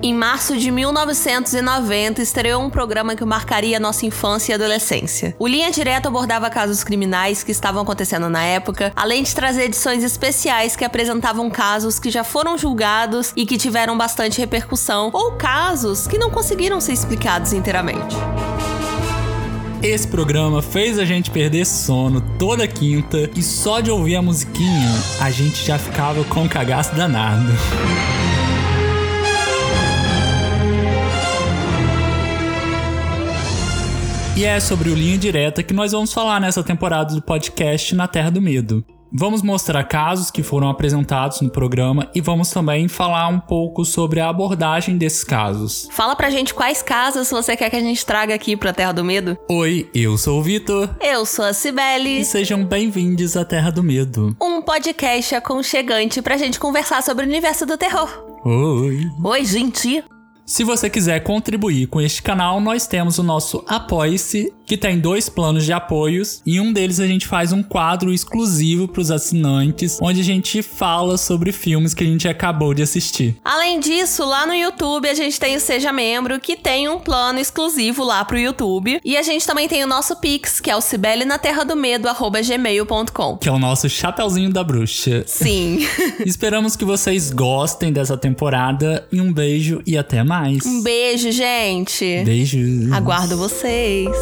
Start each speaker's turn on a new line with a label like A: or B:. A: Em março de 1990, estreou um programa que marcaria nossa infância e adolescência. O Linha Direta abordava casos criminais que estavam acontecendo na época, além de trazer edições especiais que apresentavam casos que já foram julgados e que tiveram bastante repercussão, ou casos que não conseguiram ser explicados inteiramente.
B: Esse programa fez a gente perder sono toda quinta e só de ouvir a musiquinha a gente já ficava com um cagaço danado. E é sobre o Linha Direta que nós vamos falar nessa temporada do podcast Na Terra do Medo. Vamos mostrar casos que foram apresentados no programa e vamos também falar um pouco sobre a abordagem desses casos.
A: Fala pra gente quais casos você quer que a gente traga aqui pra Terra do Medo.
B: Oi, eu sou o Vitor
A: Eu sou a
B: e
A: Cibele,
B: sejam bem-vindos à Terra do Medo.
A: um podcast aconchegante pra gente conversar sobre o universo do terror.
B: Oi.
A: Oi, gente!
B: Se você quiser contribuir com este canal, nós temos o nosso Apoie-se, que tem dois planos de apoios, e um deles a gente faz um quadro exclusivo para os assinantes, onde a gente fala sobre filmes que a gente acabou de assistir.
A: Além disso, lá no YouTube a gente tem o Seja Membro, que tem um plano exclusivo lá pro YouTube. E a gente também tem o nosso Pix, que é o cibelenaterradomedo.gmail.com.
B: Que é o nosso Chapeuzinho da Bruxa.
A: Sim.
B: Esperamos que vocês gostem dessa temporada e um beijo e até mais.
A: Um beijo, Um gente.
B: Beijos.
A: Aguardo vocês.